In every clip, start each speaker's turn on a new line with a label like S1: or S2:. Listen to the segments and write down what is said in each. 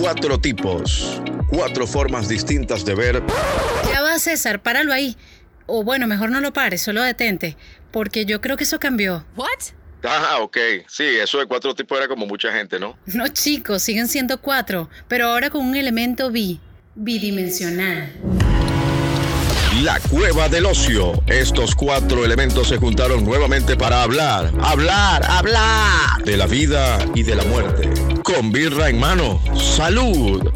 S1: Cuatro tipos, cuatro formas distintas de ver.
S2: Ya va, César, páralo ahí. O bueno, mejor no lo pares, solo detente, porque yo creo que eso cambió.
S3: What?
S1: Ah, ok. Sí, eso de cuatro tipos era como mucha gente, ¿no?
S2: No, chicos, siguen siendo cuatro, pero ahora con un elemento bi, bidimensional.
S1: La cueva del ocio. Estos cuatro elementos se juntaron nuevamente para hablar, hablar, hablar de la vida y de la muerte. Con birra en mano. Salud.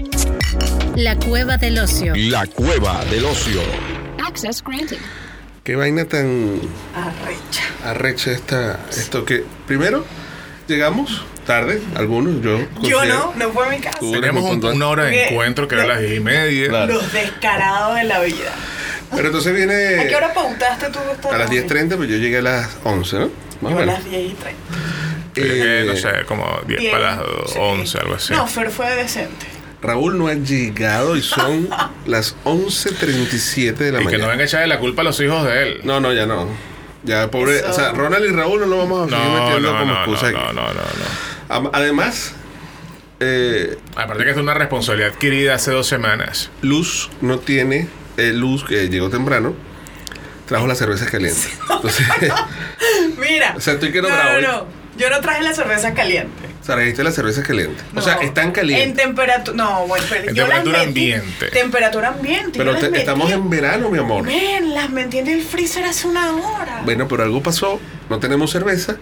S2: La cueva del ocio.
S1: La cueva del ocio.
S3: Access granted.
S4: Qué vaina tan
S5: Arrecha.
S4: arrecha esta, esto que primero llegamos tarde, algunos, yo.
S5: Yo
S4: considero-
S5: no, no fue mi casa.
S4: Tú-
S6: Tenemos
S4: muy
S6: un-
S4: puntual.
S6: una hora de
S5: Porque-
S6: encuentro que era a las 10 y media.
S4: Claro.
S5: Los descarados de la vida.
S4: Pero entonces
S5: ¿A
S4: viene
S5: qué hora pautaste tú esta
S4: Eh, a las
S5: noche?
S4: 10.30, pero yo llegué a las 11, ¿no? Más o
S5: Yo a
S4: menos.
S5: las 10 y 30.
S6: Creo que,
S4: Eh,
S6: no sé, como 10
S5: Diez,
S6: para las
S5: sí.
S6: 11, algo así.
S5: No, Fer fue decente.
S4: Raúl no ha llegado y son las 11.37 de la
S6: y que no
S4: mañana.
S6: venga a echarle la culpa a los hijos de él.
S4: No, no, ya no. Ya, pobre.
S5: Eso-
S4: O sea, Ronald y Raúl no lo vamos a seguir
S6: no, no,
S4: metiendo
S6: no,
S4: como
S6: no,
S4: excusa aquí.
S6: no, no, no, no.
S4: Am- Además, eh,
S6: Aparte que es una responsabilidad adquirida hace dos semanas.
S4: Luz no tiene. eh, Luz, que llegó temprano, trajo las cervezas calientes. Entonces,
S5: Mira.
S4: O sea, estoy que no
S5: no,
S4: bravo,
S5: no,
S4: ¿eh?
S5: no. Yo no traje la cerveza caliente.
S4: o sea, trajiste las cervezas calientes. O sea,
S5: No.
S4: están
S5: En
S4: calientes.
S5: temperatura. No, bueno, pero
S6: En
S5: yo las
S6: temperatura
S5: metí-
S6: ambiente.
S5: Temperatura ambiente.
S4: Pero
S5: yo
S4: te-
S5: las
S4: estamos
S5: metí-
S4: en verano, mi amor.
S5: Men, las metí en el freezer hace una hora.
S4: Bueno, pero algo pasó. No tenemos cerveza.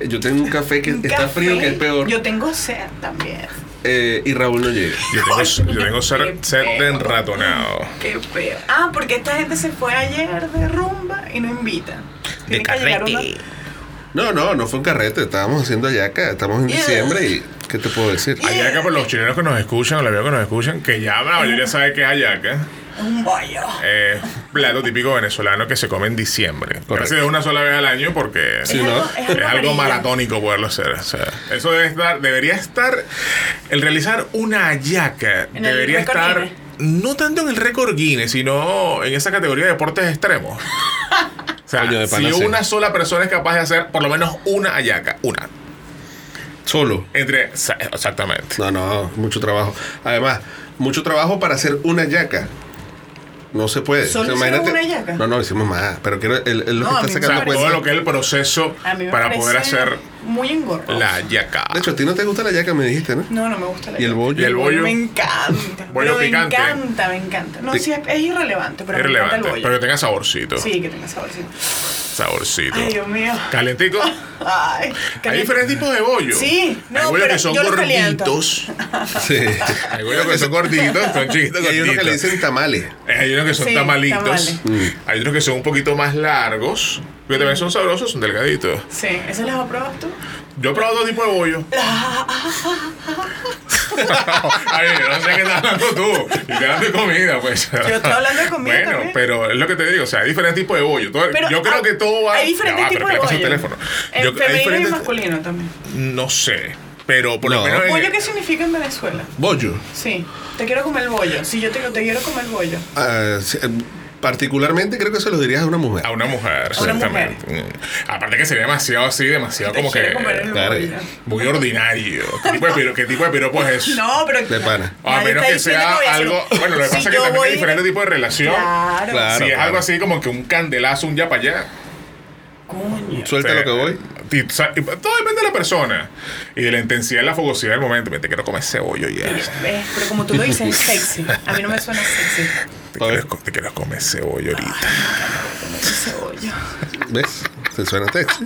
S4: Eh, Yo tengo un café que
S5: Un
S4: está
S5: café.
S4: frío, que es peor.
S5: Yo tengo sed también.
S4: eh, y Raúl no llega.
S6: Yo tengo, yo tengo
S5: Qué
S6: ser, ser de
S5: feo.
S6: enratonado.
S5: Qué feo. Ah, porque esta gente se fue ayer de rumba y no invitan. Tiene que llegar una-
S4: No, no, no fue un carrete. Estábamos haciendo ayaca. Estamos en
S5: Yeah.
S4: diciembre y. ¿Qué te puedo decir?
S6: Ayaca por los chilenos que nos escuchan, o los amigos que nos escuchan, que ya la mayoría sabe que es ayaca.
S5: Un bollo.
S6: Es un plato típico venezolano que se come en diciembre. Casi de una sola vez al año porque
S4: Sí, ¿no?
S6: es algo
S5: amarillo.
S6: maratónico poderlo hacer. o sea, eso debe estar, debería estar, el realizar una hallaca
S5: En el
S6: debería
S5: récord
S6: estar
S5: Guinness.
S6: no tanto en el récord Guinness, sino en esa categoría de deportes extremos. O sea,
S4: Coño, de
S6: si
S4: pana, sí.
S6: una sola persona es capaz de hacer por lo menos una hallaca, una.
S4: Solo.
S6: Entre, sa- exactamente.
S4: No, no, mucho trabajo. Además, mucho trabajo para hacer una yaca. No se puede.
S5: ¿Solo hicieron una yaca?
S4: No, no, hicimos más. Pero quiero, él, él lo
S5: No,
S4: que está
S5: a mí me
S6: O
S4: sacando
S6: sea,
S5: parece-
S4: cuenta.
S6: todo lo que es el proceso
S5: A mí me
S6: para
S5: parece
S6: poder hacer
S5: Muy engorroso.
S6: la hallaca.
S4: De hecho, a ti no te gusta la yaca, me dijiste, ¿no?
S5: No, no me gusta la
S4: ¿Y el
S5: yuca.
S4: bollo?
S6: ¿Y el bollo?
S5: Me encanta.
S6: Bollo
S5: pero
S6: picante.
S5: Me encanta, me encanta. No,
S4: Pi-
S5: sí, es, es irrelevante, pero
S6: Es
S5: me encanta el
S6: relevante,
S5: bollo.
S6: pero que tenga saborcito.
S5: Sí, que tenga saborcito.
S6: Saborcito.
S5: Ay, Dios mío.
S6: Calentico.
S5: Ay,
S6: Hay
S5: caliente.
S6: diferentes tipos de bollo.
S5: Sí, no,
S6: hay bollos
S5: pero
S6: que son
S5: yo los caliento.
S6: gorditos.
S4: Sí.
S6: Hay bollos que son gorditos, son chiquitos,
S4: Y hay uno que le
S6: gorditos.
S4: dicen tamales.
S6: Hay unos que son
S5: Sí,
S6: tamalitos.
S5: tamales.
S6: Hay otros que son un poquito más largos. Pero también son sabrosos, son delgaditos.
S5: Sí, ¿esas las has probado tú?
S6: Yo he probado dos tipos de bollo. Ay, yo no sé qué estás hablando tú. Y te hablas de comida, pues.
S5: Yo estoy hablando de comida
S6: Bueno,
S5: también.
S6: pero es lo que te digo. O sea, hay diferentes tipos de bollo. Todo-
S5: Pero
S6: yo creo
S5: hay-
S6: que todo va.
S5: Hay
S6: Ya
S5: diferentes
S6: va, pero
S5: tipos
S6: ¿qué
S5: de
S6: le pasa
S5: bollo.
S6: al teléfono.
S5: El
S6: Yo- hay
S5: femenino y
S6: diferentes- Eh,
S5: masculino también.
S6: No sé. Pero por
S4: No.
S6: lo menos. en-
S5: ¿Bollo qué significa en Venezuela?
S4: Bollo.
S5: Sí, te quiero comer el bollo. Sí, yo te, te quiero comer el bollo.
S4: Ah, sí, eh, particularmente creo que se lo dirías a una mujer.
S6: A una mujer,
S5: A una mujer.
S6: exactamente. Mm. Aparte que sería demasiado así, demasiado
S5: Te
S6: como que.
S5: quiero comer el
S4: claro.
S5: bollo.
S6: Muy ordinario. ¿Qué tipo de piro- qué tipo de piropo es eso?
S5: No, pero.
S4: De pana.
S6: A
S5: Nadie
S6: menos
S5: está
S6: que
S5: diciendo
S6: sea
S5: voy a hacer-
S6: algo. Bueno, lo que
S5: Si
S6: pasa es que
S5: yo
S6: también
S5: voy
S6: hay
S5: y-
S6: diferentes tipos de relación.
S5: Claro.
S4: Claro.
S6: si es
S4: claro.
S6: algo así como que un candelazo, un yapayá.
S5: Coño.
S4: Suelta
S6: o sea,
S4: lo que voy.
S6: pues, y- o sea, y- todo depende de la persona y de la intensidad y la fogosidad del momento. Me te quiero comer ese bollo ya.
S5: ¿Ves? Pero como tú lo dices, es sexy. A mí no me suena sexy.
S6: Te
S4: A ver.
S6: quiero, co- te quiero comer ese bollo ahorita.
S5: Ese bollo.
S4: ¿Ves? Se suena texto.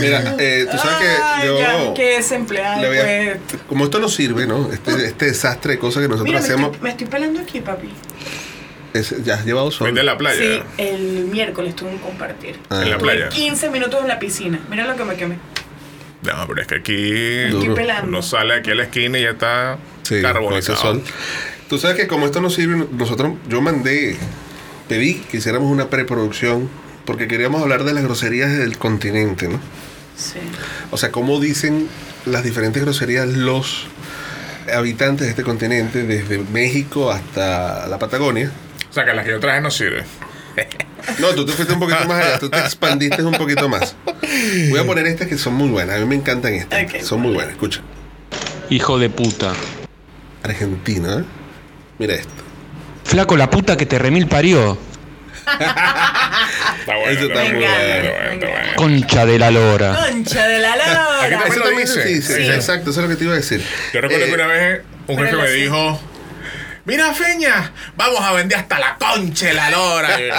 S4: Mira, eh, tú sabes que
S5: Ay,
S4: yo.
S5: ya, qué desempleado.
S4: le voy a-
S5: Pues.
S4: como esto nos sirve, ¿no? Este, este desastre de cosas que nosotros
S5: Mira, me
S4: hacemos.
S5: estoy, me estoy pelando aquí, papi.
S4: es- ya has llevado
S6: Vete a
S4: solo.
S6: Pues, la playa.
S5: Sí, el miércoles tuve un compartir.
S4: Ah.
S6: En la playa.
S5: 15 minutos en la piscina. Mira lo que me quemé.
S6: No, pero es que aquí
S4: Duro.
S5: Estoy pelando.
S6: uno sale aquí a la esquina y ya está
S4: Sí, con ese
S6: carbonizado.
S4: sol. Tú sabes que como esto nos sirve, nosotros, yo mandé, pedí que hiciéramos una preproducción porque queríamos hablar de las groserías del continente, ¿no?
S5: Sí.
S4: O sea, cómo dicen las diferentes groserías los habitantes de este continente, desde México hasta la Patagonia.
S6: O sea, que las que yo traje no sirven.
S4: No, tú te fuiste un poquito más allá, tú te expandiste un poquito más. Voy a poner estas que son muy buenas, a mí me encantan estas.
S5: Ok.
S4: son muy buenas, escucha.
S3: Hijo de puta.
S4: Argentina. ¿eh? Mira esto.
S3: Flaco, la puta que te remil parió.
S6: Está bueno,
S4: Eso está
S6: está
S4: muy bueno.
S6: bueno, está bueno, está bueno.
S3: Concha de la lora.
S5: Concha de la
S6: Aquí
S5: lora.
S6: está.
S4: Eso
S6: lo
S4: también
S6: dice.
S4: se dice,
S6: Sí.
S4: Exacto, eso es lo que te iba a decir.
S6: Yo recuerdo
S4: Eh,
S6: que una vez un
S5: pero
S6: jefe
S5: lo
S6: me
S5: sé.
S6: dijo, mira Feña, vamos a vender hasta la concha de la lora. Y yo,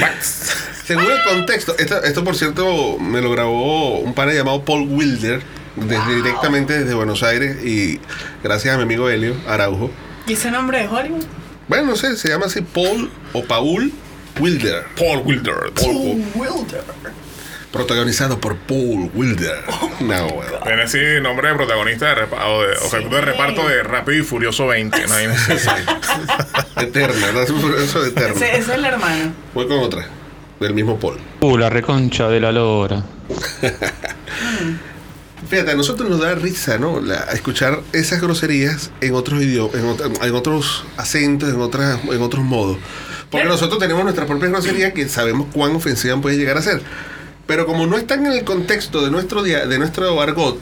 S6: "Max".
S4: Según el contexto, esto, esto, por cierto me lo grabó un pana llamado Paul Wilder, desde- directamente desde Buenos Aires y gracias a mi amigo Helio Araujo.
S5: ¿Y ese nombre de Hollywood?
S4: Bueno, no sé, se llama así Paul o Paul Wilder.
S6: Paul Wilder.
S4: Paul-
S5: Wilder.
S4: protagonizado por Paul Wilder.
S6: Oh
S4: No, bueno.
S6: Tiene así nombre de protagonista de repa- o de objeto de reparto de Rápido y Furioso 20. ¿no? Ahí no sé.
S4: Eterna, ¿no? eso es eterna.
S5: Ese, ese es el hermano.
S4: Voy con otra, del mismo Paul.
S3: Uh, la reconcha de la lora.
S4: Fíjate, a nosotros nos da risa, ¿no? La- escuchar esas groserías en otros idiomas, en, otra- en otros acentos, en, otras, en otros modos. Porque nosotros tenemos nuestras propias groserías que sabemos cuán ofensivas pueden llegar a ser. Pero como no están en el contexto de nuestro, dia- de nuestro argot,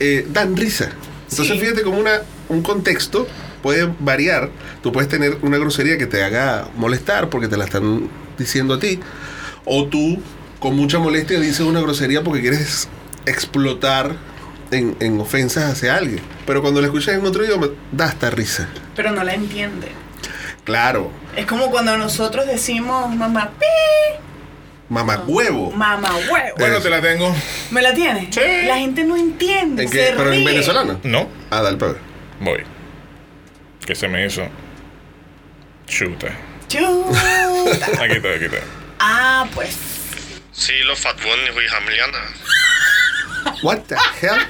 S4: eh, dan risa. Entonces
S5: Sí.
S4: fíjate como una, un contexto puede variar. Tú puedes tener una grosería que te haga molestar porque te la están diciendo a ti. O tú con mucha molestia dices una grosería porque quieres explotar en, en ofensas hacia alguien. Pero cuando la escuchas en otro idioma, da hasta risa.
S5: Pero no la entiende.
S4: Claro,
S5: Es como cuando nosotros decimos mamá pi,
S4: mamacuevo.
S5: Ah. mamá huevo.
S6: Bueno, te la tengo.
S5: ¿Me la tienes?
S6: Sí.
S5: La gente no entiende.
S4: ¿En qué?
S5: se
S4: Pero en
S5: ríe.
S4: venezolano.
S6: No,
S4: Ah, dale, pa' ver.
S6: voy. ¿Qué se me hizo? Chuta.
S5: Chuta.
S6: Aquí está, aquí está.
S5: ah, pues.
S7: Sí, los fatbones, güey, Hamiliana.
S4: What the hell?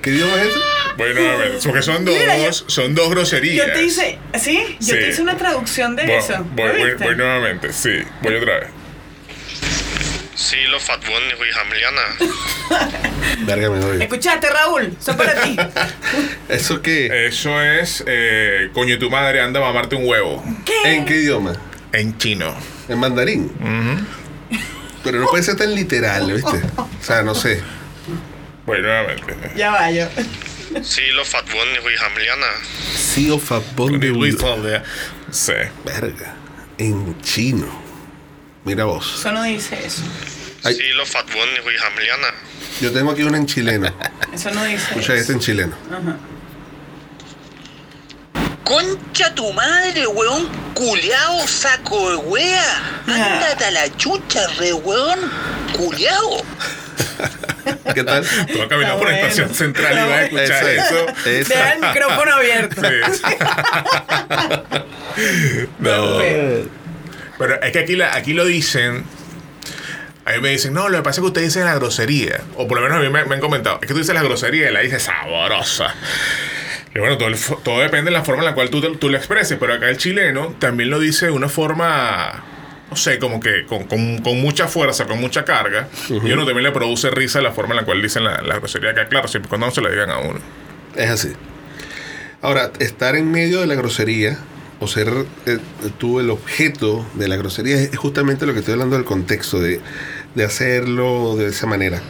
S4: ¿Qué idioma es ese?
S6: Voy nuevamente. Porque son dos,
S5: Mira, yo-
S6: son dos groserías.
S5: Yo te hice, ¿sí? Yo
S6: Sí.
S5: te hice una traducción de
S6: Voy-
S5: eso.
S6: voy-
S5: ¿Lo
S6: voy-
S5: viste?
S6: voy nuevamente, sí. Voy otra vez.
S7: Sí, los fatbones, güey, Hamiliana.
S4: Verga, me doy.
S5: Escuchate, Raúl, son para ti.
S4: ¿Eso qué?
S6: Eso es, eh, coño, y tu madre anda a mamarte un huevo.
S4: ¿En qué idioma?
S6: En chino.
S4: En mandarín. Pero no puede ser tan literal, ¿viste? O sea, no sé.
S6: Voy nuevamente.
S5: ya va yo.
S7: Sí, los fatbones, güey, Hamiliana.
S4: Sea of a Bond de
S6: Sí.
S4: Verga. En chino. Mira vos.
S5: Eso no dice eso.
S4: Ay.
S7: Sí, los fatbones, güey, Hamiliana.
S4: Yo tengo aquí una en chileno.
S5: Eso no dice
S4: Escucha este.
S5: eso.
S4: esta en chileno.
S8: Concha tu madre, weón, culeado, saco de wea.
S5: Ah.
S8: Ándate a la chucha, re weón, culeado.
S4: ¿Qué tal?
S6: Tú vas caminando por la
S5: Está bueno.
S6: estación central y
S5: Está
S6: vas a escuchar eso.
S4: Esa, esa.
S5: Deja el micrófono abierto.
S6: Sí. No. Pero es que aquí, la, aquí lo dicen. A mí me dicen, no, lo que pasa es que usted dice la grosería. O por lo menos a mí me, me han comentado. Es que tú dices la grosería y la dices sabrosa. Y bueno, todo, el fo- todo depende de la forma en la cual tú, te- tú la expreses. Pero acá el chileno también lo dice de una forma, no sé, como que con, con- con mucha fuerza, con mucha carga. Y a uno también le produce risa la forma en la cual dicen la, la grosería acá. Claro, siempre y cuando no se la digan a uno.
S4: Es así. Ahora, estar en medio de la grosería o ser eh, tú el objeto de la grosería es justamente lo que estoy hablando del contexto, de, de hacerlo de esa manera.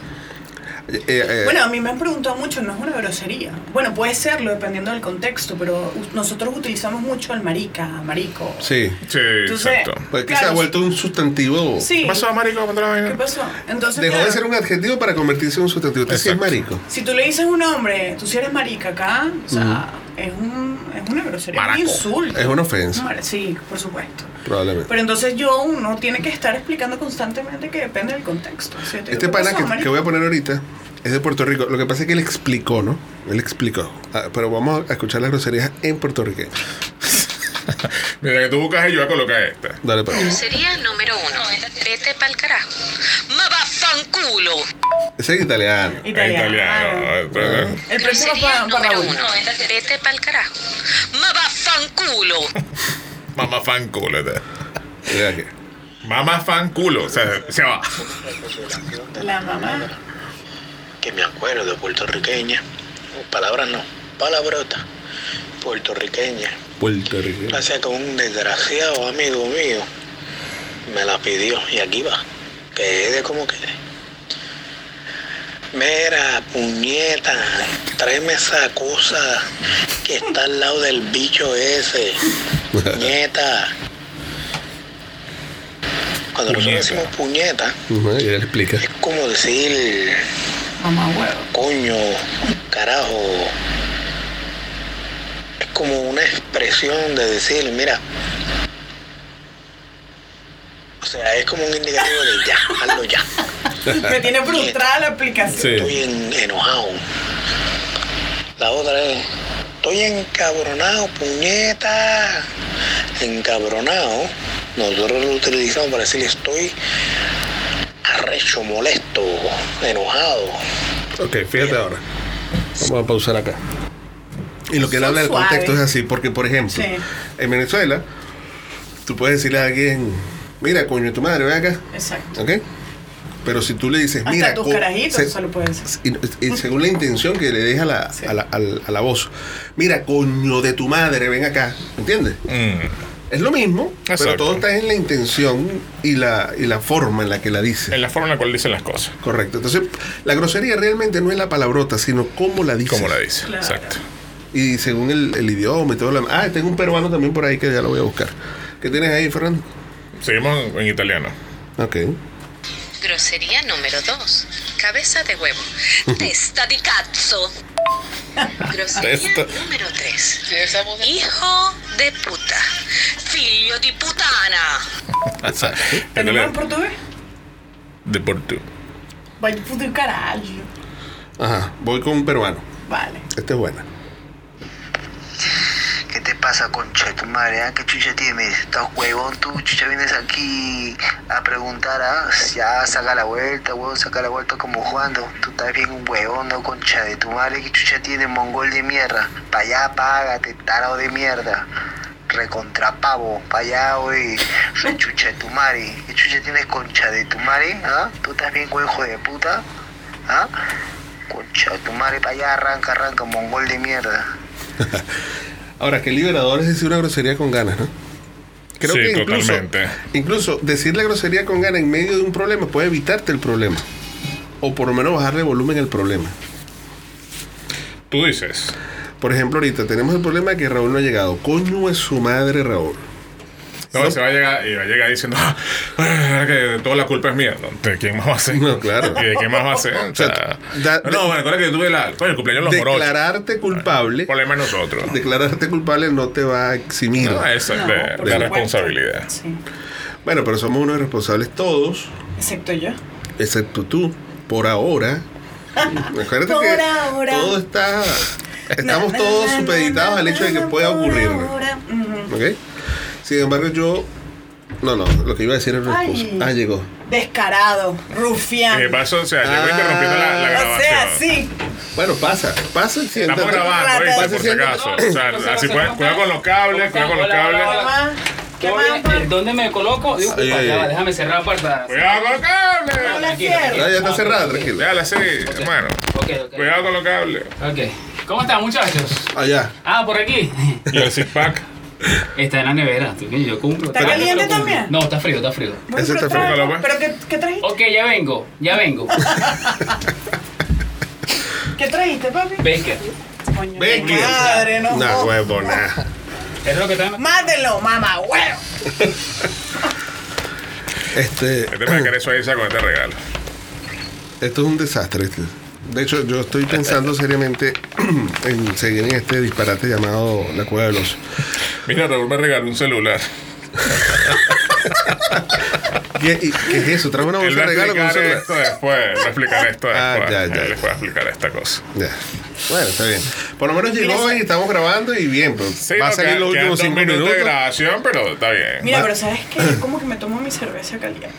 S4: Eh, eh,
S5: Bueno, a mí me han preguntado mucho, no es una grosería. Bueno, puede serlo dependiendo del contexto, pero u- nosotros utilizamos mucho el marica, marico.
S4: sí.
S6: Sí,
S5: Entonces,
S6: exacto.
S4: Porque
S5: Claro,
S4: se ha
S5: sí.
S4: vuelto un sustantivo.
S5: Sí.
S6: ¿Qué pasó, marico? ¿Cuándo la
S5: ¿Qué
S6: vaina?
S5: pasó? Entonces,
S4: Dejó de
S5: claro,
S4: ser un adjetivo para convertirse en un sustantivo. Usted sí es
S6: Exacto.
S4: marico.
S5: si tú le dices a un hombre, tú si eres marica acá, o sea, es, un, es una grosería,
S6: Maraco.
S5: un insulto.
S4: Es una ofensa.
S5: Vale, Sí, por supuesto.
S4: Probablemente.
S5: Pero entonces yo uno tiene que estar explicando constantemente que depende del contexto. O sea,
S4: Este
S5: te digo, ¿qué
S4: pana
S5: pasó,
S4: que, que
S5: marico?
S4: voy a poner ahorita es de Puerto Rico. Lo que pasa es que él explicó, ¿no? Él explicó. Ah, pero vamos a escuchar las groserías en puertorriqueño.
S6: Mira, que tú buscas y yo voy a colocar esta.
S4: Dale pues. para allá.
S9: Sería número uno. Vete pa'l carajo. ¡Mabafanculo!
S4: Ese es italiano.
S5: Italiano.
S6: Italiano.
S5: El próximo
S9: Sería
S5: para, para
S9: número
S5: Raúl.
S9: uno. Vete pa'l carajo. ¡Mabafanculo!
S6: Mamá fan culo. te-
S4: Mira aquí.
S6: Mamá fan culo. O sea, se va.
S5: La mamá.
S10: que me acuerdo puertorriqueña, palabras no, palabrota puertorriqueña,
S4: Puertorriqueño.
S10: gracias que un desgraciado amigo mío me la pidió y aquí va, que es de como que Mira, puñeta, tráeme esa cosa que está al lado del bicho ese. Puñeta. Cuando nosotros
S4: Puñeta.
S10: decimos puñeta,
S4: Ujú, Y él explica.
S10: como decir coño, carajo. Es como una expresión de decir, mira. O sea, es como un indicativo de ya, hazlo ya.
S5: Me tiene frustrada la aplicación.
S10: Estoy en- enojado. La otra es, estoy encabronado, puñeta. Encabronado, nosotros lo utilizamos para decir estoy arrecho, molesto, enojado.
S4: Ok, fíjate ahora. Vamos a pausar acá. Y lo que él
S10: Son
S4: habla del
S10: suaves.
S4: contexto es así, porque por ejemplo,
S10: Sí.
S4: en Venezuela, tú puedes decirle a alguien, mira, coño, de tu madre, ven acá,
S5: Exacto.
S4: ¿ok? Pero si tú le dices,
S5: Hasta
S4: mira,
S5: tus
S4: co-
S5: carajitos
S4: se-
S5: solo puedes hacer.
S4: y- y según la intención que le deja la, a, la, al- a la voz, mira, coño de tu madre, ven acá, ¿entiendes?
S6: Mm.
S4: Es lo mismo, pero
S6: Exacto.
S4: todo está en la intención y la, y la forma en la que la dice.
S6: En la forma en la cual dicen las cosas.
S4: Correcto. Entonces, la grosería realmente no es la palabrota, sino cómo la dice.
S6: Como la dice, exacto.
S4: Y según el, el idioma y todo lo demás. Ah, tengo un peruano también por ahí que ya lo voy a buscar. ¿Qué tienes ahí, Fernando?
S6: Seguimos en, en italiano.
S4: Ok.
S9: Grosería número 2. Cabeza de huevo. Testa di cazzo. Grosería
S6: Testa.
S9: número 3. Hijo de puta. Figlio di putana.
S6: Exacto.
S5: ¿Tenemos en portugués?
S6: De portu.
S5: Vaya pues, puto caralho.
S4: Ajá. Voy con un peruano.
S5: Vale.
S4: Este es bueno.
S10: ¿Qué te pasa, concha de tu madre? ah? ¿Qué chucha tienes? ¿Estás huevón tú, chucha? Vienes aquí a preguntar, ¿ah? Ya, saca la vuelta, huevón, saca la vuelta como jugando. Tú estás bien un huevón, ¿no, concha de tu madre? ¿Qué chucha tienes, mongol de mierda? Pa' allá, págate, tarado de mierda. Recontrapavo, pa' allá, oye. Soy chucha de tu madre. ¿Qué chucha tienes, concha de tu madre? ¿Ah? ¿Tú estás bien, hijo de puta? ¿Ah? Concha de tu madre, pa' allá, arranca, arranca, mongol de mierda.
S4: Ahora, qué liberador es decir una grosería con ganas, ¿no? Creo
S6: Sí,
S4: que incluso,
S6: totalmente.
S4: incluso decir la grosería con ganas en medio de un problema puede evitarte el problema. O por lo menos bajarle volumen al problema.
S6: Tú dices.
S4: Por ejemplo, ahorita tenemos el problema de que Raúl no ha llegado. Coño es su madre, Raúl.
S6: No, se va a llegar y va a llegar diciendo "Ah, que toda la culpa es mía. No, ¿De quién más va a ser?
S4: No, claro.
S6: ¿Y de quién más va a ser? O sea,
S4: da-
S6: no, no, bueno, acuérdate que tuve la, tuve el cumpleaños de los morochos.
S4: Declararte culpable.
S6: problema es nosotros.
S4: Declararte culpable no te va a eximir.
S6: No, eh. eso es de, de
S4: por
S6: la
S4: supuesto.
S6: responsabilidad.
S4: Bueno, pero somos unos responsables todos,
S5: Excepto yo.
S4: excepto tú, por ahora. Acuérdate
S5: Por
S4: que
S5: ahora.
S4: todo está. Estamos
S5: Na, na,
S4: todos
S5: na,
S4: supeditados al hecho de que pueda ocurrir.
S5: Ahora. ujú.
S4: ¿Ok? Sin embargo, yo. No, no, lo que iba a decir era una
S5: Ay.
S4: excusa. Ah, llegó.
S5: Descarado.
S4: Eh,
S6: Y de
S5: Rufián.
S6: paso, o sea, llegó interrumpiendo la, la
S5: O
S6: grabación.
S5: sea, sí.
S4: Bueno, pasa, pasa el siguiente.
S6: Estamos grabando, eh, por si acaso. O sea, así puede, cuidado con los cables, cuidado con los cables.
S11: ¿Qué más? Eh, ¿Dónde me coloco? Digo,
S6: Ay, ay,
S11: ya va,
S6: ay.
S11: déjame cerrar la puerta.
S6: Cuidado con los cables.
S11: No la
S6: Ah,
S11: cierres. Ah, ok,
S6: tranquilo. Déjala así, hermano. Cuidado con los cables.
S11: Ok. ¿Cómo están, muchachos?
S4: Allá.
S11: Ah, por aquí.
S6: ¿Y el six pack?
S11: Está en la nevera. tú, que Yo cumplo.
S5: ¿Está
S11: Pero-
S5: caliente también?
S11: No, está frío, está frío.
S5: Bueno, Ese pero está frío. trae- ¿Pero qué, qué trajiste?
S11: Ok, ya vengo, ya vengo.
S5: ¿Qué trajiste, papi?
S11: Baker.
S5: Coño, Madre, no.
S4: Nah, huevo, nah.
S11: Es lo que está
S5: Mátelo, mamá, huevo.
S4: Este.
S6: Este me querer suavizar con este regalo.
S4: Esto es un desastre. este. De hecho, yo estoy pensando seriamente en seguir en este disparate llamado La Cueva de los.
S6: Mira, Raúl me regaló un celular.
S4: ¿Qué, y- qué es eso? ¿Trajo una
S6: Él
S4: bolsa
S6: va
S4: de
S6: a
S4: regalo con un celular?
S6: explicar esto después. Va a explicar esto después.
S4: Ah, ya, ya.
S6: Él les va a explicar esta cosa.
S4: Ya. Bueno, está bien. Por lo menos llegó y estamos grabando y bien, pero va a
S6: no,
S4: salir
S6: quedan-
S4: los últimos
S6: quedan dos
S4: cinco minutos.
S6: de grabación, pero está bien.
S5: Mira, pero ¿sabes qué? Yo Como que me tomo mi cerveza caliente.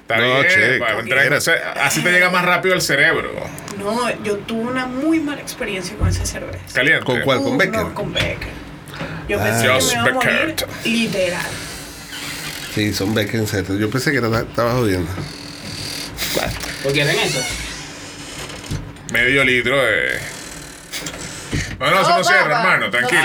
S6: Está bien,
S4: che,
S6: para entrar-
S4: cualquiera.
S6: o sea, así te llega más rápido el cerebro.
S5: No, yo tuve una muy mala experiencia con esa cerveza.
S6: Caliente.
S4: ¿Con cuál? ¿Con
S5: Uh,
S4: Becker?
S5: No, con Becker. Yo
S4: Ah.
S5: pensé
S4: Just
S5: que me iba a morir
S6: Becker.
S5: literal.
S4: Sí, son Becker, en serio. Yo pensé que era- estaba jodiendo.
S11: ¿Por qué eran eso?
S6: Medio litro de. No, no, eso
S5: Oh,
S6: no cierra, hermano, tranquilo.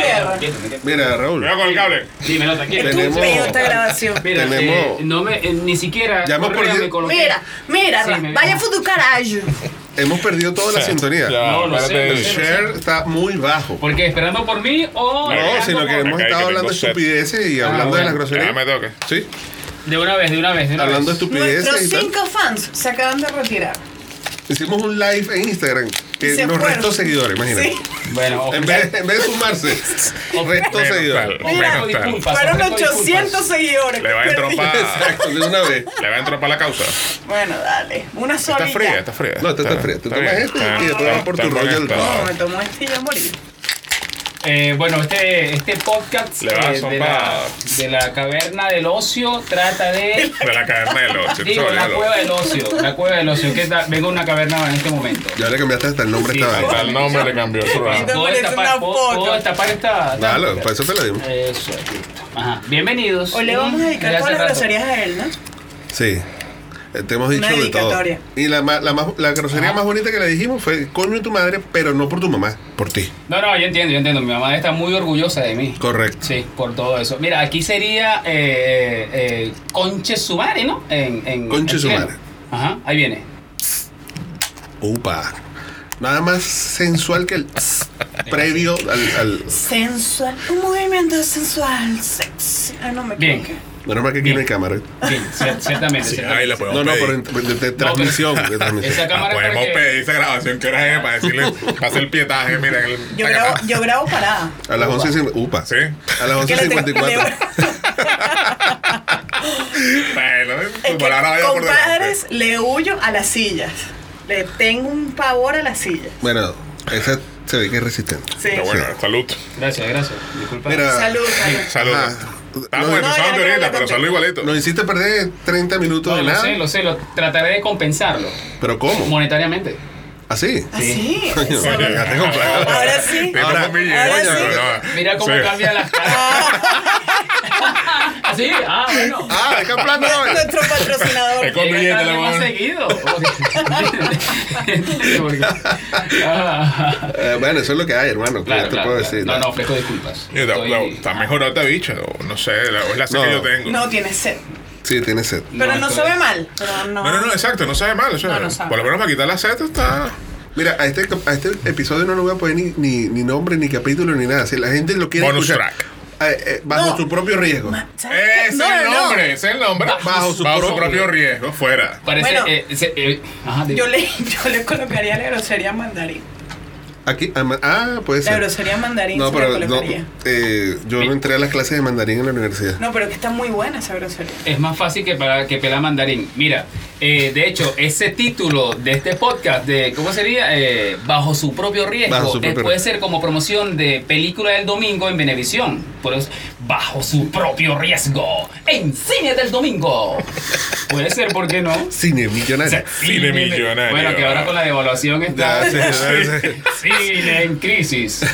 S4: Mira, Raúl.
S6: Cuidado con el cable.
S11: Dímelo, tranquilo.
S4: Tenemos- Estúpido esta
S5: grabación.
S11: Mira,
S4: Tenemos-
S11: eh, no me, eh, ni siquiera.
S4: Ya hemos
S11: Correa
S4: perdido-
S11: me coloqué.
S5: Mira, mira,
S11: Sí, me-
S5: vaya a tu carajo.
S4: Hemos perdido toda la
S6: Sí,
S4: sintonía.
S6: claro, No, lo espérate.
S4: el
S6: sé, lo sé, lo
S4: share está muy bajo.
S11: Porque esperando por mí
S4: No,
S11: o. esperando
S4: sino que
S11: por-
S4: hemos
S6: que
S4: estado
S6: tengo
S4: hablando de
S6: set.
S4: estupideces y
S11: Ah,
S4: hablando de
S11: bueno.
S4: las
S6: Ya
S4: groserías.
S6: me toca.
S4: Sí,
S11: De una vez, de una vez, de una
S4: hablando de
S11: vez.
S5: Nuestros
S4: estupideces y tal.
S5: cinco fans se acaban de retirar.
S4: Hicimos un live en Instagram que
S5: Se
S4: nos
S5: fueron.
S4: restó seguidores, imagínate.
S5: Sí.
S11: Bueno,
S4: En, vez, en vez de sumarse, restó
S6: Menos
S4: seguidores.
S6: tal, o menos
S11: Mira,
S6: tal.
S11: disculpa.
S5: Fueron
S11: ofrezco
S5: 800 seguidores.
S6: Le va a entropar.
S4: Exacto, de una vez.
S6: Le va a entropar la causa.
S5: Bueno, dale. Una sola.
S6: Está
S5: y
S6: fría,
S5: ya.
S6: está fría.
S4: No, está- está fría. Te tomas
S6: bien,
S4: esto
S6: está-
S4: y después
S6: está-
S4: vas por tu
S6: está
S4: rollo
S6: bien,
S4: del
S6: está-
S5: No, me tomó este y ya morí.
S11: Eh, bueno, este, este podcast
S6: Le va a
S11: eh, de, la,
S6: zumbar.
S11: de la caverna del ocio trata de.
S6: De la caverna del ocho.
S11: Digo,
S6: sorry,
S11: la
S6: del
S11: cueva
S6: ocho.
S11: del ocio. La cueva del ocio. Que ta- vengo a una caverna en este momento.
S4: Ya le cambiaste hasta el nombre a
S11: Sí,
S4: esta
S11: sí.
S4: vaina.
S6: Hasta el nombre le cambió el programa.
S5: Te
S11: ¿Puedo
S5: parece una
S11: destapar, puedo-
S5: foto.
S11: puedo destapar esta?
S4: Dale, para eso te la dimos.
S11: Eso, es, listo. Ajá. Bienvenidos.
S5: O le vamos a dedicar
S11: Ya
S5: todas
S11: hace
S5: las
S11: rato.
S5: groserías a él, ¿no?
S4: Sí. Eh, Te hemos dicho
S5: Una
S4: de todo.
S5: dedicatoria.
S4: Y la, ma- la, más- la grosería más bonita que le dijimos fue coño de tu madre, pero no por tu mamá, por ti.
S11: No, no, yo entiendo, yo entiendo. Mi mamá está muy orgullosa de mí.
S4: Correcto.
S11: Sí, por todo eso. Mira, aquí sería eh, eh, Conche su madre, ¿no? En, en,
S4: Conche
S11: en
S4: su
S11: chileno.
S4: madre.
S11: Ajá, ahí viene.
S4: Upa. Nada más sensual que el previo al, al-
S5: Sensual. Un movimiento sensual. Sexy. Ay, no me
S11: Bien.
S5: equivoqué.
S4: Menos mal que aquí no hay cámara.
S11: Sí, cier- ciertamente.
S6: Sí,
S11: ciertamente.
S6: ahí la
S4: No,
S6: podemos
S4: no,
S6: pedir.
S4: pero de, de- de transmisión. de transmisión.
S11: Esa
S6: Ah,
S11: cámara es
S6: podemos
S11: para que-
S6: pedir esa grabación que hora es para decirle, para hacer el pietaje, mira. El,
S5: Yo grabo, yo grabo parada.
S4: A las 11.50. Upa.
S6: Sí.
S4: A las
S5: Que le tengo-
S4: 11.54.
S6: Bueno,
S5: Es
S6: tu
S5: que,
S6: palabra vaya por delante.
S5: compadres,
S4: pues.
S5: le huyo a las sillas. Le tengo un pavor a las sillas.
S4: Bueno, esa se ve que es resistente.
S5: Sí.
S6: Pero bueno, salud.
S11: Gracias, gracias. Disculpa.
S4: Mira.
S5: Salud, salud.
S6: Salud.
S4: Ajá.
S6: Estamos
S4: No,
S5: ya,
S6: empezando
S5: ya, ya,
S6: ahorita,
S5: ya,
S6: pero
S5: ya.
S6: salud igualito.
S4: Nos hiciste perder 30 minutos
S11: No,
S4: de
S11: lo
S4: nada.
S11: sé, lo sé, lo trataré de compensarlo
S4: Pero ¿cómo?
S11: monetariamente.
S4: ¿Así?
S5: Así. Ah, eso.
S4: Coño, ya te compraron.
S5: Ahora sí.
S6: Te
S4: Ahora-
S6: tomo mi
S5: ahora
S6: yeño,
S5: sí.
S6: pero no.
S11: Mira cómo
S6: Sí.
S11: cambian las caras. Así, ah, bueno.
S4: Ah, es que en plan no.
S5: Nuestro patrocinador.
S6: Es con
S11: Llega
S6: billete,
S11: tarde
S6: la
S11: más
S6: mano.
S11: seguido. Porque- Ah.
S4: Eh, bueno, eso es lo que hay, hermano. ¿Qué
S11: Claro,
S4: te
S11: claro,
S4: puedo
S11: claro.
S4: decir?
S11: No, no, ofrezco disculpas.
S6: Mira,
S11: Estoy-
S6: la- Está mejorado esta bicha, o no sé, la- es la sed que
S4: No.
S6: yo tengo.
S5: No tiene sed.
S4: Sí, tiene sed.
S5: Pero no,
S11: estoy-
S5: sabe mal. Pero no.
S6: No, no, no, exacto, no sabe mal. o sea,
S5: No, no sabe.
S6: Por lo menos para quitar la sed está.
S4: Mira, a este, a este episodio no le voy a poner ni, ni, ni nombre, ni capítulo, ni nada. Si la gente lo quiere
S6: Bonus
S4: escuchar,
S6: track.
S4: eh, eh, bajo
S5: No.
S4: su propio riesgo.
S5: Ah, ¿Sabes qué?
S6: Ese es
S5: No,
S6: el
S5: no, no.
S6: nombre, ese es el nombre.
S4: Bajo su
S6: Bajo su
S4: propio-
S6: propio riesgo, fuera.
S11: Parece.
S5: Bueno.
S11: eh, se- eh, ajá, de-
S5: Yo le, yo le colocaría la grosería mandarín.
S4: Aquí, ah, ma- ah, puede
S5: La
S4: ser.
S5: grosería mandarín
S4: No,
S5: se
S4: pero
S5: la
S4: no,
S5: colocaría.
S4: eh, yo no entré a las clases de mandarín en la universidad.
S5: No. pero que está muy buena esa grosería.
S11: Es más fácil que para que pelar mandarín. Mira, eh, de hecho, ese título de este podcast, de ¿cómo sería? Eh, bajo su propio riesgo.
S4: Bajo su
S11: eh,
S4: propio
S11: puede
S4: riesgo.
S11: ser como promoción de película del domingo en Benevisión. Por eso, bajo su propio riesgo. En cine del domingo. puede ser, ¿por qué no?
S4: Cine millonario.
S6: Cine millonario.
S11: Bueno, que ahora con la devaluación está.
S4: Ya, sí, ya, sí.
S11: Cine en crisis.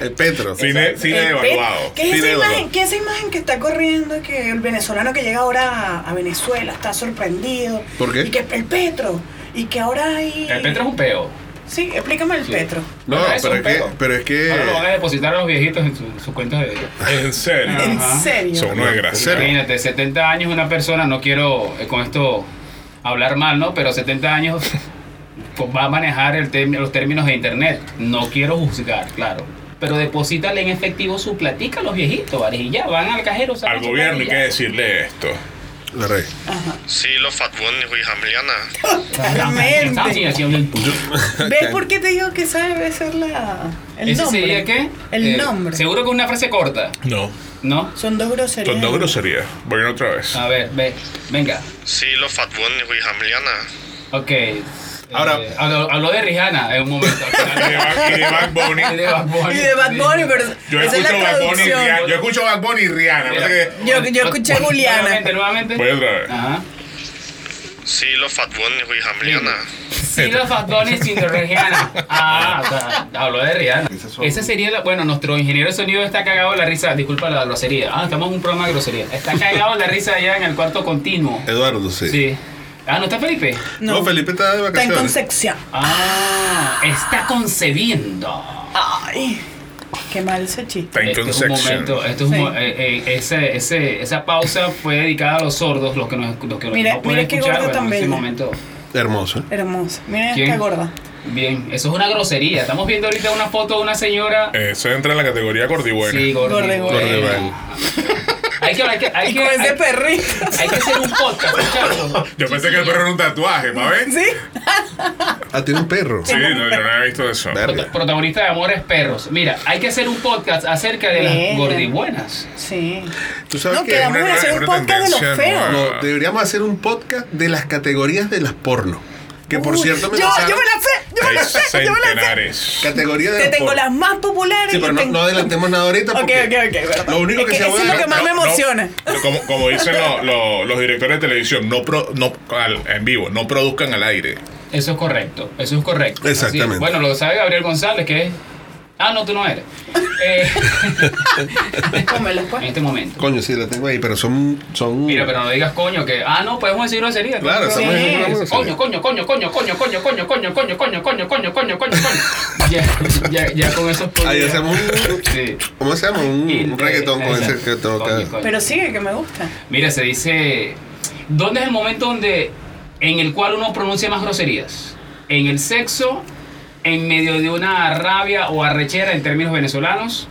S4: El Petro.
S6: Cine, cine
S5: El
S6: evaluado.
S5: pe- ¿Qué es,
S4: Cine
S5: esa
S4: evaluado.
S5: imagen, ¿Qué es esa imagen que está corriendo? Que el venezolano que llega ahora a, a Venezuela está sorprendido.
S4: ¿Por qué?
S5: Y que el Petro. Y que ahora hay.
S11: El Petro es un peo.
S5: Sí, explícame el
S11: Sí.
S5: Petro.
S4: No,
S11: Bueno, eso
S4: pero es,
S11: es un
S4: que,
S11: pedo.
S4: pero es
S11: Ahora lo van a
S4: que.
S11: depositar a los viejitos en su- sus cuentas de.
S6: En serio.
S5: ¿En
S11: Ajá.
S5: serio?
S6: Son unos desgraciados.
S11: Imagínate, 70 años una persona, no quiero eh, con esto hablar mal, ¿no? Pero 70 años pues, va a manejar el tem- los términos de internet. No quiero juzgar, claro. Pero deposítale en efectivo su platica a los viejitos, ¿vale? Y ya, van al cajero. sacan
S6: Al
S11: su
S6: gobierno hay que
S11: platica.
S6: decirle esto.
S4: La rey.
S7: Sí, los fatbones, güey, hambriana.
S11: Estamos
S5: Totalmente.
S11: haciendo el-
S5: ¿Ves por qué te digo que sabe debe ser la, el
S11: ¿Ese
S5: nombre?
S11: sería qué?
S5: El
S11: Eh,
S5: nombre.
S11: Seguro que una frase corta,
S6: No.
S11: ¿no?
S5: Son dos groserías.
S6: Son dos groserías. Voy otra vez.
S11: A ver, ve, venga.
S7: Sí, los fatbones, güey, hambriana.
S11: Ok.
S4: Ahora-
S11: Eh, habló, habló de Rihanna en un momento.
S6: Y de Bad- y de Bad Bunny.
S11: Y de Bad Bunny.
S5: Y de Bad Bunny, pero
S6: Yo
S5: esa es
S6: escucho
S5: la
S6: Bad Bunny y
S5: traducción.
S6: Rihanna. Yo escucho Bad Bunny y Rihanna.
S11: Mira.
S6: pasa que-
S5: Yo-
S11: Ah,
S5: yo escuché
S11: Ot-
S5: Juliana.
S11: Nuevamente, nuevamente.
S4: Pues,
S6: Voy otra vez.
S11: Ajá.
S7: Sí, los fatbones, güey, hambriana.
S11: Sí, los Bad Bunny sin de Rihanna. Ah, o sea, habló de Rihanna. Esa sería la. Bueno, nuestro ingeniero de sonido está cagado de la risa. Disculpa la grosería. Ah, estamos en un programa de grosería. Está cagado de la risa allá en el cuarto continuo.
S4: Eduardo, sí.
S11: Sí. Ah, ¿no está Felipe?
S4: No, Felipe está de
S5: Está en
S4: vacaciones.
S5: Concepción.
S11: Ah, está concebiendo.
S5: Ay. Qué mal ese chiste.
S11: Este es un momento, este es un
S5: Sí.
S11: mo- eh, eh, ese- ese- esa pausa fue dedicada a los sordos, los que, nos, los que
S5: Mira-
S11: no pueden
S5: mira qué
S11: escuchar.
S5: gorda
S11: bueno,
S5: tan
S11: en ese
S5: bella.
S11: momento.
S4: Hermoso.
S5: Hermoso. Mira
S11: ¿Quién?
S5: esta gorda.
S11: Bien, eso es una grosería. Estamos viendo ahorita una foto de una señora.
S6: Eso entra en la categoría gordibuena.
S11: Sí, gordibuena. Gordibuena. Hay que, hay que, hay que, hay- hay que hacer un podcast, muchachos.
S6: Yo pensé que el perro era un tatuaje, ¿pa' ver?
S5: Sí.
S4: Ah, tiene un perro.
S6: Sí, no, yo no he visto eso.
S11: Prota- Protagonista de Amores Perros. Mira, hay que hacer un podcast acerca de las
S5: Bien.
S11: gordibuenas.
S5: Sí.
S4: ¿Tú sabes
S5: No,
S4: qué?
S5: quedamos en hacer un podcast de los feos.
S4: No, deberíamos hacer un podcast de las categorías de las porno. Que por cierto me
S5: yo,
S4: pasaron
S5: yo me la sé, yo me la sé, yo me la sé.
S4: Categoría de
S5: Te
S4: las
S5: tengo
S4: porno.
S5: las más populares.
S4: Sí, pero
S5: y
S4: no,
S5: tengo-
S4: no adelantemos nada ahorita
S5: Ok,
S4: porque
S5: ok, ok, verdad.
S4: lo único
S5: Es
S4: que
S5: que
S4: se
S5: eso
S4: va
S5: es
S4: a-
S5: lo que más me emociona.
S6: Como, como dicen lo- lo- los directores de televisión, no pro- no, al- en vivo, no produzcan al aire.
S11: Eso es correcto, eso es correcto. Así es.
S6: Exactamente.
S11: Bueno, lo sabe Gabriel González, que es. Ah, no, tú no eres. Eh, en este momento.
S4: Coño, sí, la tengo ahí, pero son... son...
S11: Mira, pero no digas coño que. Ah, no, podemos decir grosería.
S4: Claro,
S11: Sí.
S4: estamos diciendo una
S11: Coño, coño, coño, coño, coño, coño, coño, coño, coño, coño, coño, coño, coño, coño. Ya, ya, ya con esos.
S4: Ahí hacemos un... ¿Cómo se llama? Un, un reggaetón con ese que toca.
S5: Pero sigue que me gusta.
S11: Mira, se dice. ¿Dónde es el momento donde en el cual uno pronuncia más groserías? ¿En el sexo? ¿En medio de una rabia o arrechera en términos venezolanos?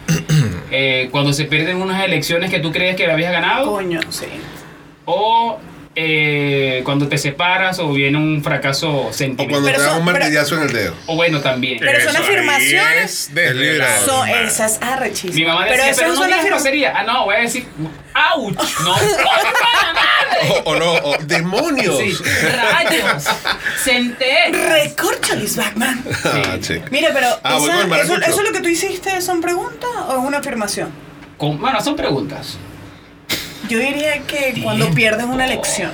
S11: Eh, ¿Cuando se pierden unas elecciones que tú crees que habías ganado?
S5: Coño, sí.
S11: ¿O eh, cuando te separas o viene un fracaso sentimental?
S4: Cuando te dan un martillazo en el dedo.
S11: O bueno, también.
S5: Pero son afirmaciones.
S4: Desliberado.
S5: Son eh, esas arrechísimas.
S11: Mi mamá
S5: pero
S11: decía,
S5: esas
S11: pero, no
S5: son las
S11: digas
S5: groserías.
S11: grosería. Ah, no, voy a decir, ¡auch! No,
S4: O, o no, o demonios.
S11: ¡rayos! ¡Senté!
S5: ¡Recórcholis, Batman!
S4: Ah, sí.
S5: Mira, pero
S4: Ah, voy
S5: esa-
S4: con el
S5: eso,
S4: maracucho.
S5: eso es lo que tú hiciste, ¿son preguntas o es una afirmación?
S11: Con- bueno, son preguntas.
S5: Yo diría que cuando pierdes una elección.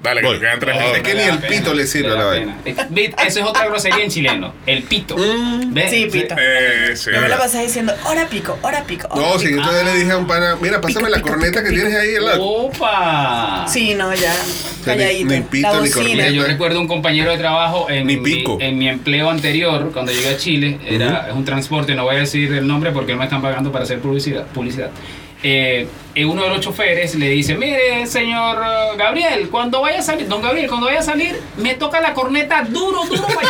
S6: Dale, que nos quedan tres
S4: Es que ni el pito le sirve a la vaina.
S11: Vit, Eso es otra grosería en chileno. El pito. ¿Ves?
S5: Sí, pito.
S6: Eh, sí.
S5: Yo me la pasé diciendo, hora pico, hora pico. hora
S4: No, si
S5: pico".
S4: yo todavía le dije a un pana, mira, pásame la corneta que tienes ahí. La...
S11: ¡Opa!
S5: Ah. Sí, no, ya.
S4: sea, ni-
S5: Calladito.
S4: ni pito,
S5: la
S4: ni
S5: bocina.
S11: Mira, yo recuerdo un compañero de trabajo en, Mi, en mi em- empleo anterior, cuando llegué a Chile, era
S12: Ujú.
S11: es un transporte, no voy a decir el nombre porque no me están pagando para hacer publicidad. publicidad. Eh, eh, uno de los choferes le dice, mire, señor eh, Gabriel, cuando vaya a salir, don Gabriel, cuando vaya a salir, me toca la corneta duro, duro. para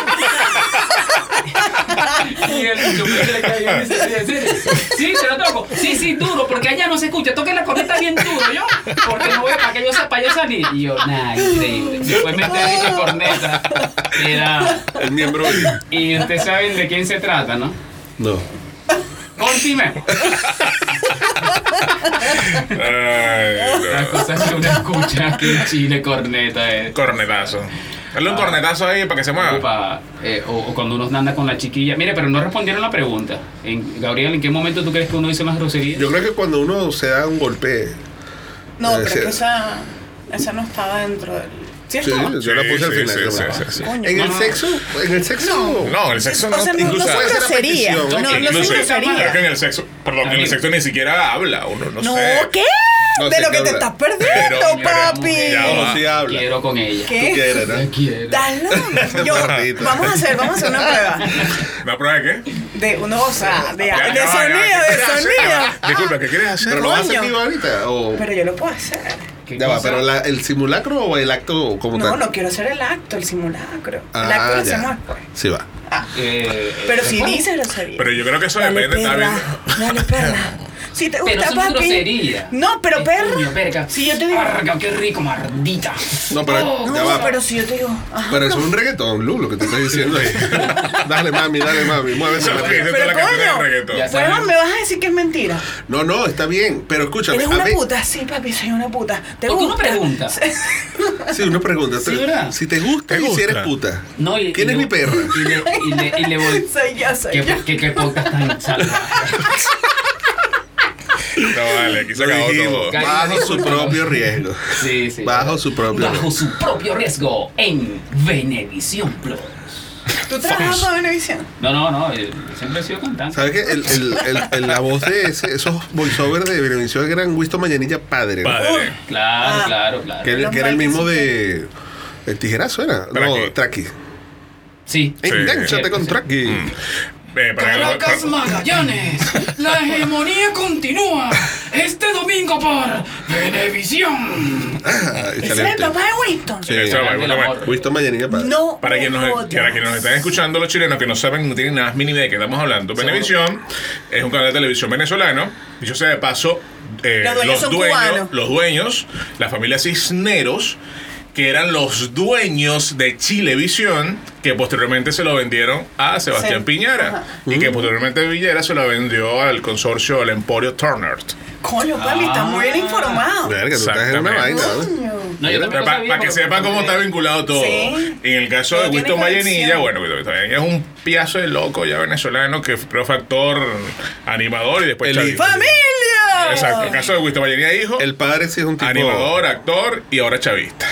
S11: yo-". y el chofer le cae bien, dice, "Sí, sí, sí, se lo toco. Sí, sí, duro, porque allá no se escucha. Toque la corneta bien duro, yo, porque no voy para que yo sepa yo salir. Y yo, nah, increíble. Después me enteré que corneta era
S4: el miembro.
S11: Y ustedes saben de quién se trata, ¿no?
S4: No.
S11: Continúe. Las cosas que uno escucha aquí en Chile, corneta eh, es.
S6: Cornetazo. Dale un cornetazo ahí para que se mueva.
S11: eh, o, o cuando uno anda con la chiquilla. Mire, pero no respondieron la pregunta. En- Gabriel, ¿en qué momento tú crees que uno dice más grosería?
S4: Yo creo que cuando uno se da un golpe.
S5: No, pero
S4: Eh,
S5: es
S4: sí.
S5: que esa, esa no estaba dentro del. ¿Sí
S4: Sí,
S5: estaba?
S4: yo la puse al
S6: Sí,
S4: final.
S6: sí,
S4: yo
S6: sí,
S4: la-
S6: sí, sí, sí.
S5: Coño,
S4: En el
S5: no.
S4: sexo, en el sexo.
S6: No, el sexo
S5: O
S6: no.
S5: sea, no- no
S6: incluso-
S5: son
S6: puede ser a
S5: groserías,
S6: petición,
S5: no, no son
S6: incluso-
S5: groserías.
S6: Pero es que en el sexo, perdón, en el sexo ni siquiera habla uno, no,
S5: No,
S6: sé.
S5: ¿qué?
S6: No
S5: de
S6: sé
S5: lo
S6: qué
S5: que te
S6: hablar.
S5: estás perdiendo,
S6: Pero-
S5: papi.
S6: Ya va.
S11: Quiero con ella.
S5: ¿Qué? Tú quieres,
S4: ¿no?
S5: Estás loco. Yo-
S6: Maldito.
S5: vamos a hacer, vamos a hacer una prueba.
S6: ¿Me aprueba de qué?
S5: De uno, o sea, de,
S6: Ya,
S5: de
S6: ya va,
S5: sonido,
S6: ya va, ¿qué
S5: de
S6: quieres hacer?
S5: sonido.
S6: Disculpa, ¿qué quieres hacer?
S4: Pero lo vas a hacer
S5: Coño.
S4: vivo ahorita. O...
S5: Pero yo lo puedo hacer.
S4: Ya va, pero la- el simulacro o el acto como
S5: No,
S4: tal.
S5: no quiero hacer el acto, el simulacro. el
S4: Ah,
S5: acto lo
S4: ya.
S5: hacemos después.
S4: Sí va.
S5: Pero si dices grosería.
S6: Pero yo creo que eso depende también.
S5: Dale, perra. Si te gusta,
S11: Pero son
S5: papi.
S11: groserías.
S5: No, pero perra. Si yo te digo.
S11: Arga, qué rico, mardita.
S4: No, pero-
S5: No,
S4: ya va.
S5: pero si yo te digo. ajá,
S4: Pero eso
S5: no.
S4: es un reggaetón, Lu, lo que te estoy diciendo ahí. dale, mami, dale, mami. Muévete.
S6: Pero
S4: mami.
S5: Bueno, me vas a decir que es mentira.
S4: No, no, está bien. Pero escúchame.
S5: Eres
S4: a
S5: una
S4: mí-
S5: puta, sí, papi, soy una puta. ¿Te gusta?
S11: Porque uno pregunta.
S4: Sí, una pregunta.
S11: Sí, ¿verdad?
S4: Si te gusta,
S11: ¿Te
S4: y si
S11: gusta?
S4: eres puta.
S11: No, y-
S4: ¿Quién
S11: y
S4: es
S11: le-
S4: mi perra?
S11: Y le, y le, y le voy.
S5: Soy yo, soy
S11: ¿Qué,
S5: yo.
S11: qué, qué podcast tan salvaje.
S6: No, vale, aquí se
S4: Lo
S6: acabó
S4: dijimos,
S6: todo.
S4: bajo su propio riesgo.
S11: Sí, sí.
S4: Bajo su propio
S11: Bajo
S4: riesgo.
S11: su propio riesgo en Venevisión Plus.
S5: ¿Tú trabajas para Venevisión?
S11: No, no, no. eh, Siempre he sido cantante.
S4: ¿Sabes qué? El, el, el, el- la voz de ese, esos voiceovers de Benevisión el gran Wisto Mañanilla padre. ¿no?
S6: Padre.
S11: Claro, claro, claro.
S4: Que, era- que era el mismo de. El tijerazo era. No, Traqui.
S11: Sí.
S4: Engánchate con Traqui.
S6: Eh, para-
S5: Caracas
S6: para-
S5: Magallanes, la hegemonía continúa este domingo por Venevisión.
S4: Ah,
S5: Ese es el
S4: excelente.
S5: papá de Winston.
S4: Sí,
S6: Eso, bueno, bueno, bueno.
S4: Winston Mayanina Paz.
S5: No
S6: Para quienes, nos,
S5: jodas.
S6: para quienes nos están escuchando los chilenos que no saben, no tienen nada más mínima de qué estamos hablando. Venevisión es un canal de televisión venezolano. Y yo sé de paso, eh,
S5: Los dueños
S6: los,
S5: son
S6: dueños,
S5: cubanos.
S6: los dueños, la familia Cisneros, que eran los dueños de Chilevisión, que posteriormente se lo vendieron a Sebastián
S5: Sí.
S6: Piñera.
S5: Ajá.
S6: Y que posteriormente Villera se lo vendió al consorcio, al Emporio Turner.
S5: Coño, papi, está muy
S11: Ah.
S5: bien informado.
S4: Verga, tú estás en una
S6: Exactamente.
S4: vaina, ¿no?
S11: No, yo también lo
S6: Para
S11: sabía,
S6: que
S11: porque-
S6: sepan cómo está vinculado todo.
S5: Sí.
S6: En el caso de
S5: Todo tiene
S6: Winston Vallenilla,
S5: conexión.
S6: bueno, Winston Vallenilla es un piazo de loco ya venezolano que fue factor animador y después
S4: El
S6: Charlie.
S4: hijo.
S5: ¡Familia!
S6: Exacto. En el caso de Winston Vallenilla, hijo,
S4: El padre sí es un tipo.
S6: animador, actor y ahora chavista.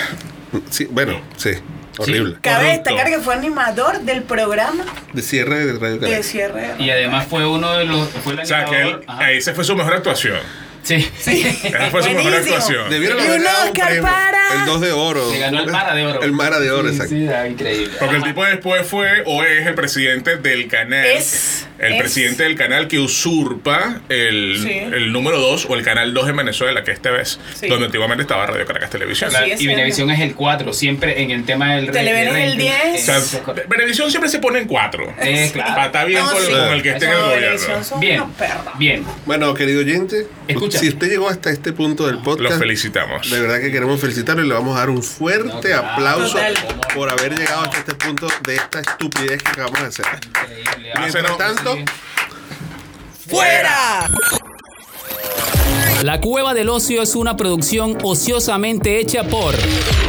S4: Sí, bueno, sí. Horrible.
S5: Cabe
S6: corrupto.
S5: destacar que fue animador del programa
S4: De cierre de Radio
S5: de
S4: Caracas.
S5: cierre.
S11: Y además fue uno de los. Fue el
S6: O sea, que él, eh,
S11: animador. Ajá.
S6: ahí se fue su mejor actuación.
S11: Sí.
S6: Esa fue su mejor
S5: Buenísimo.
S6: actuación.
S4: Debieron
S5: Y
S4: haber
S5: un
S4: dado un
S5: Oscar
S4: premio.
S5: para-
S4: El 2 de oro.
S11: Se ganó el Mara de Oro.
S4: El Mara de Oro,
S11: Sí,
S4: exacto.
S11: Sí, ah, increíble.
S6: Porque el tipo después fue o es el presidente del canal.
S5: Es-
S6: el
S5: es-
S6: presidente del canal que usurpa el,
S5: Sí.
S6: el número 2 o el canal 2 en Venezuela, que esta vez,
S5: Sí.
S6: donde antiguamente estaba Radio Caracas Televisión.
S11: Claro,
S5: Sí, es
S11: y Venevisión es el 4, siempre en el tema del.
S5: Televen es el 10.
S6: O sea, Ve- Venevisión siempre se pone en 4.
S11: Eh, claro.
S6: Para estar bien
S5: No,
S6: con,
S5: sí.
S6: con el que esté en el
S5: Eso,
S6: gobierno.
S5: Venevisión, son
S11: Bien,
S5: unos perros.
S11: bien.
S4: Bueno, querido oyente,
S11: Escucha.
S4: si usted llegó hasta este punto del podcast,
S6: Los felicitamos.
S4: de verdad que queremos felicitarlo y le vamos a dar un fuerte
S11: No, claro.
S4: aplauso
S5: Total.
S4: por haber llegado hasta este punto de esta estupidez que acabamos de hacer.
S11: Increíble.
S6: Ah,
S4: Mientras
S6: no.
S4: tanto,
S5: ¡Fuera!
S11: eh,
S12: La Cueva del Ocio es una producción ociosamente hecha por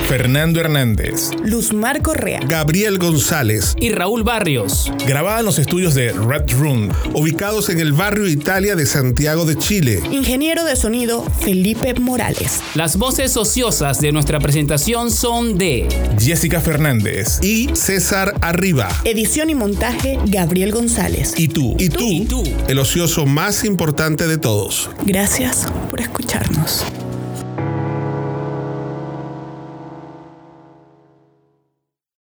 S1: Fernando Hernández,
S13: Luz Marco Rea.
S1: Gabriel González,
S12: y Raúl Barrios.
S1: grabada en los estudios de Red Room.
S4: ubicados en el barrio Italia de Santiago de Chile.
S13: Ingeniero de sonido Felipe Morales.
S12: Las voces ociosas de nuestra presentación son de
S1: Jessica Fernández.
S4: Y César Arriba.
S13: Edición y montaje Gabriel González.
S1: Y tú.
S12: Y tú.
S4: el ocioso más importante de todos.
S13: Gracias por escucharnos.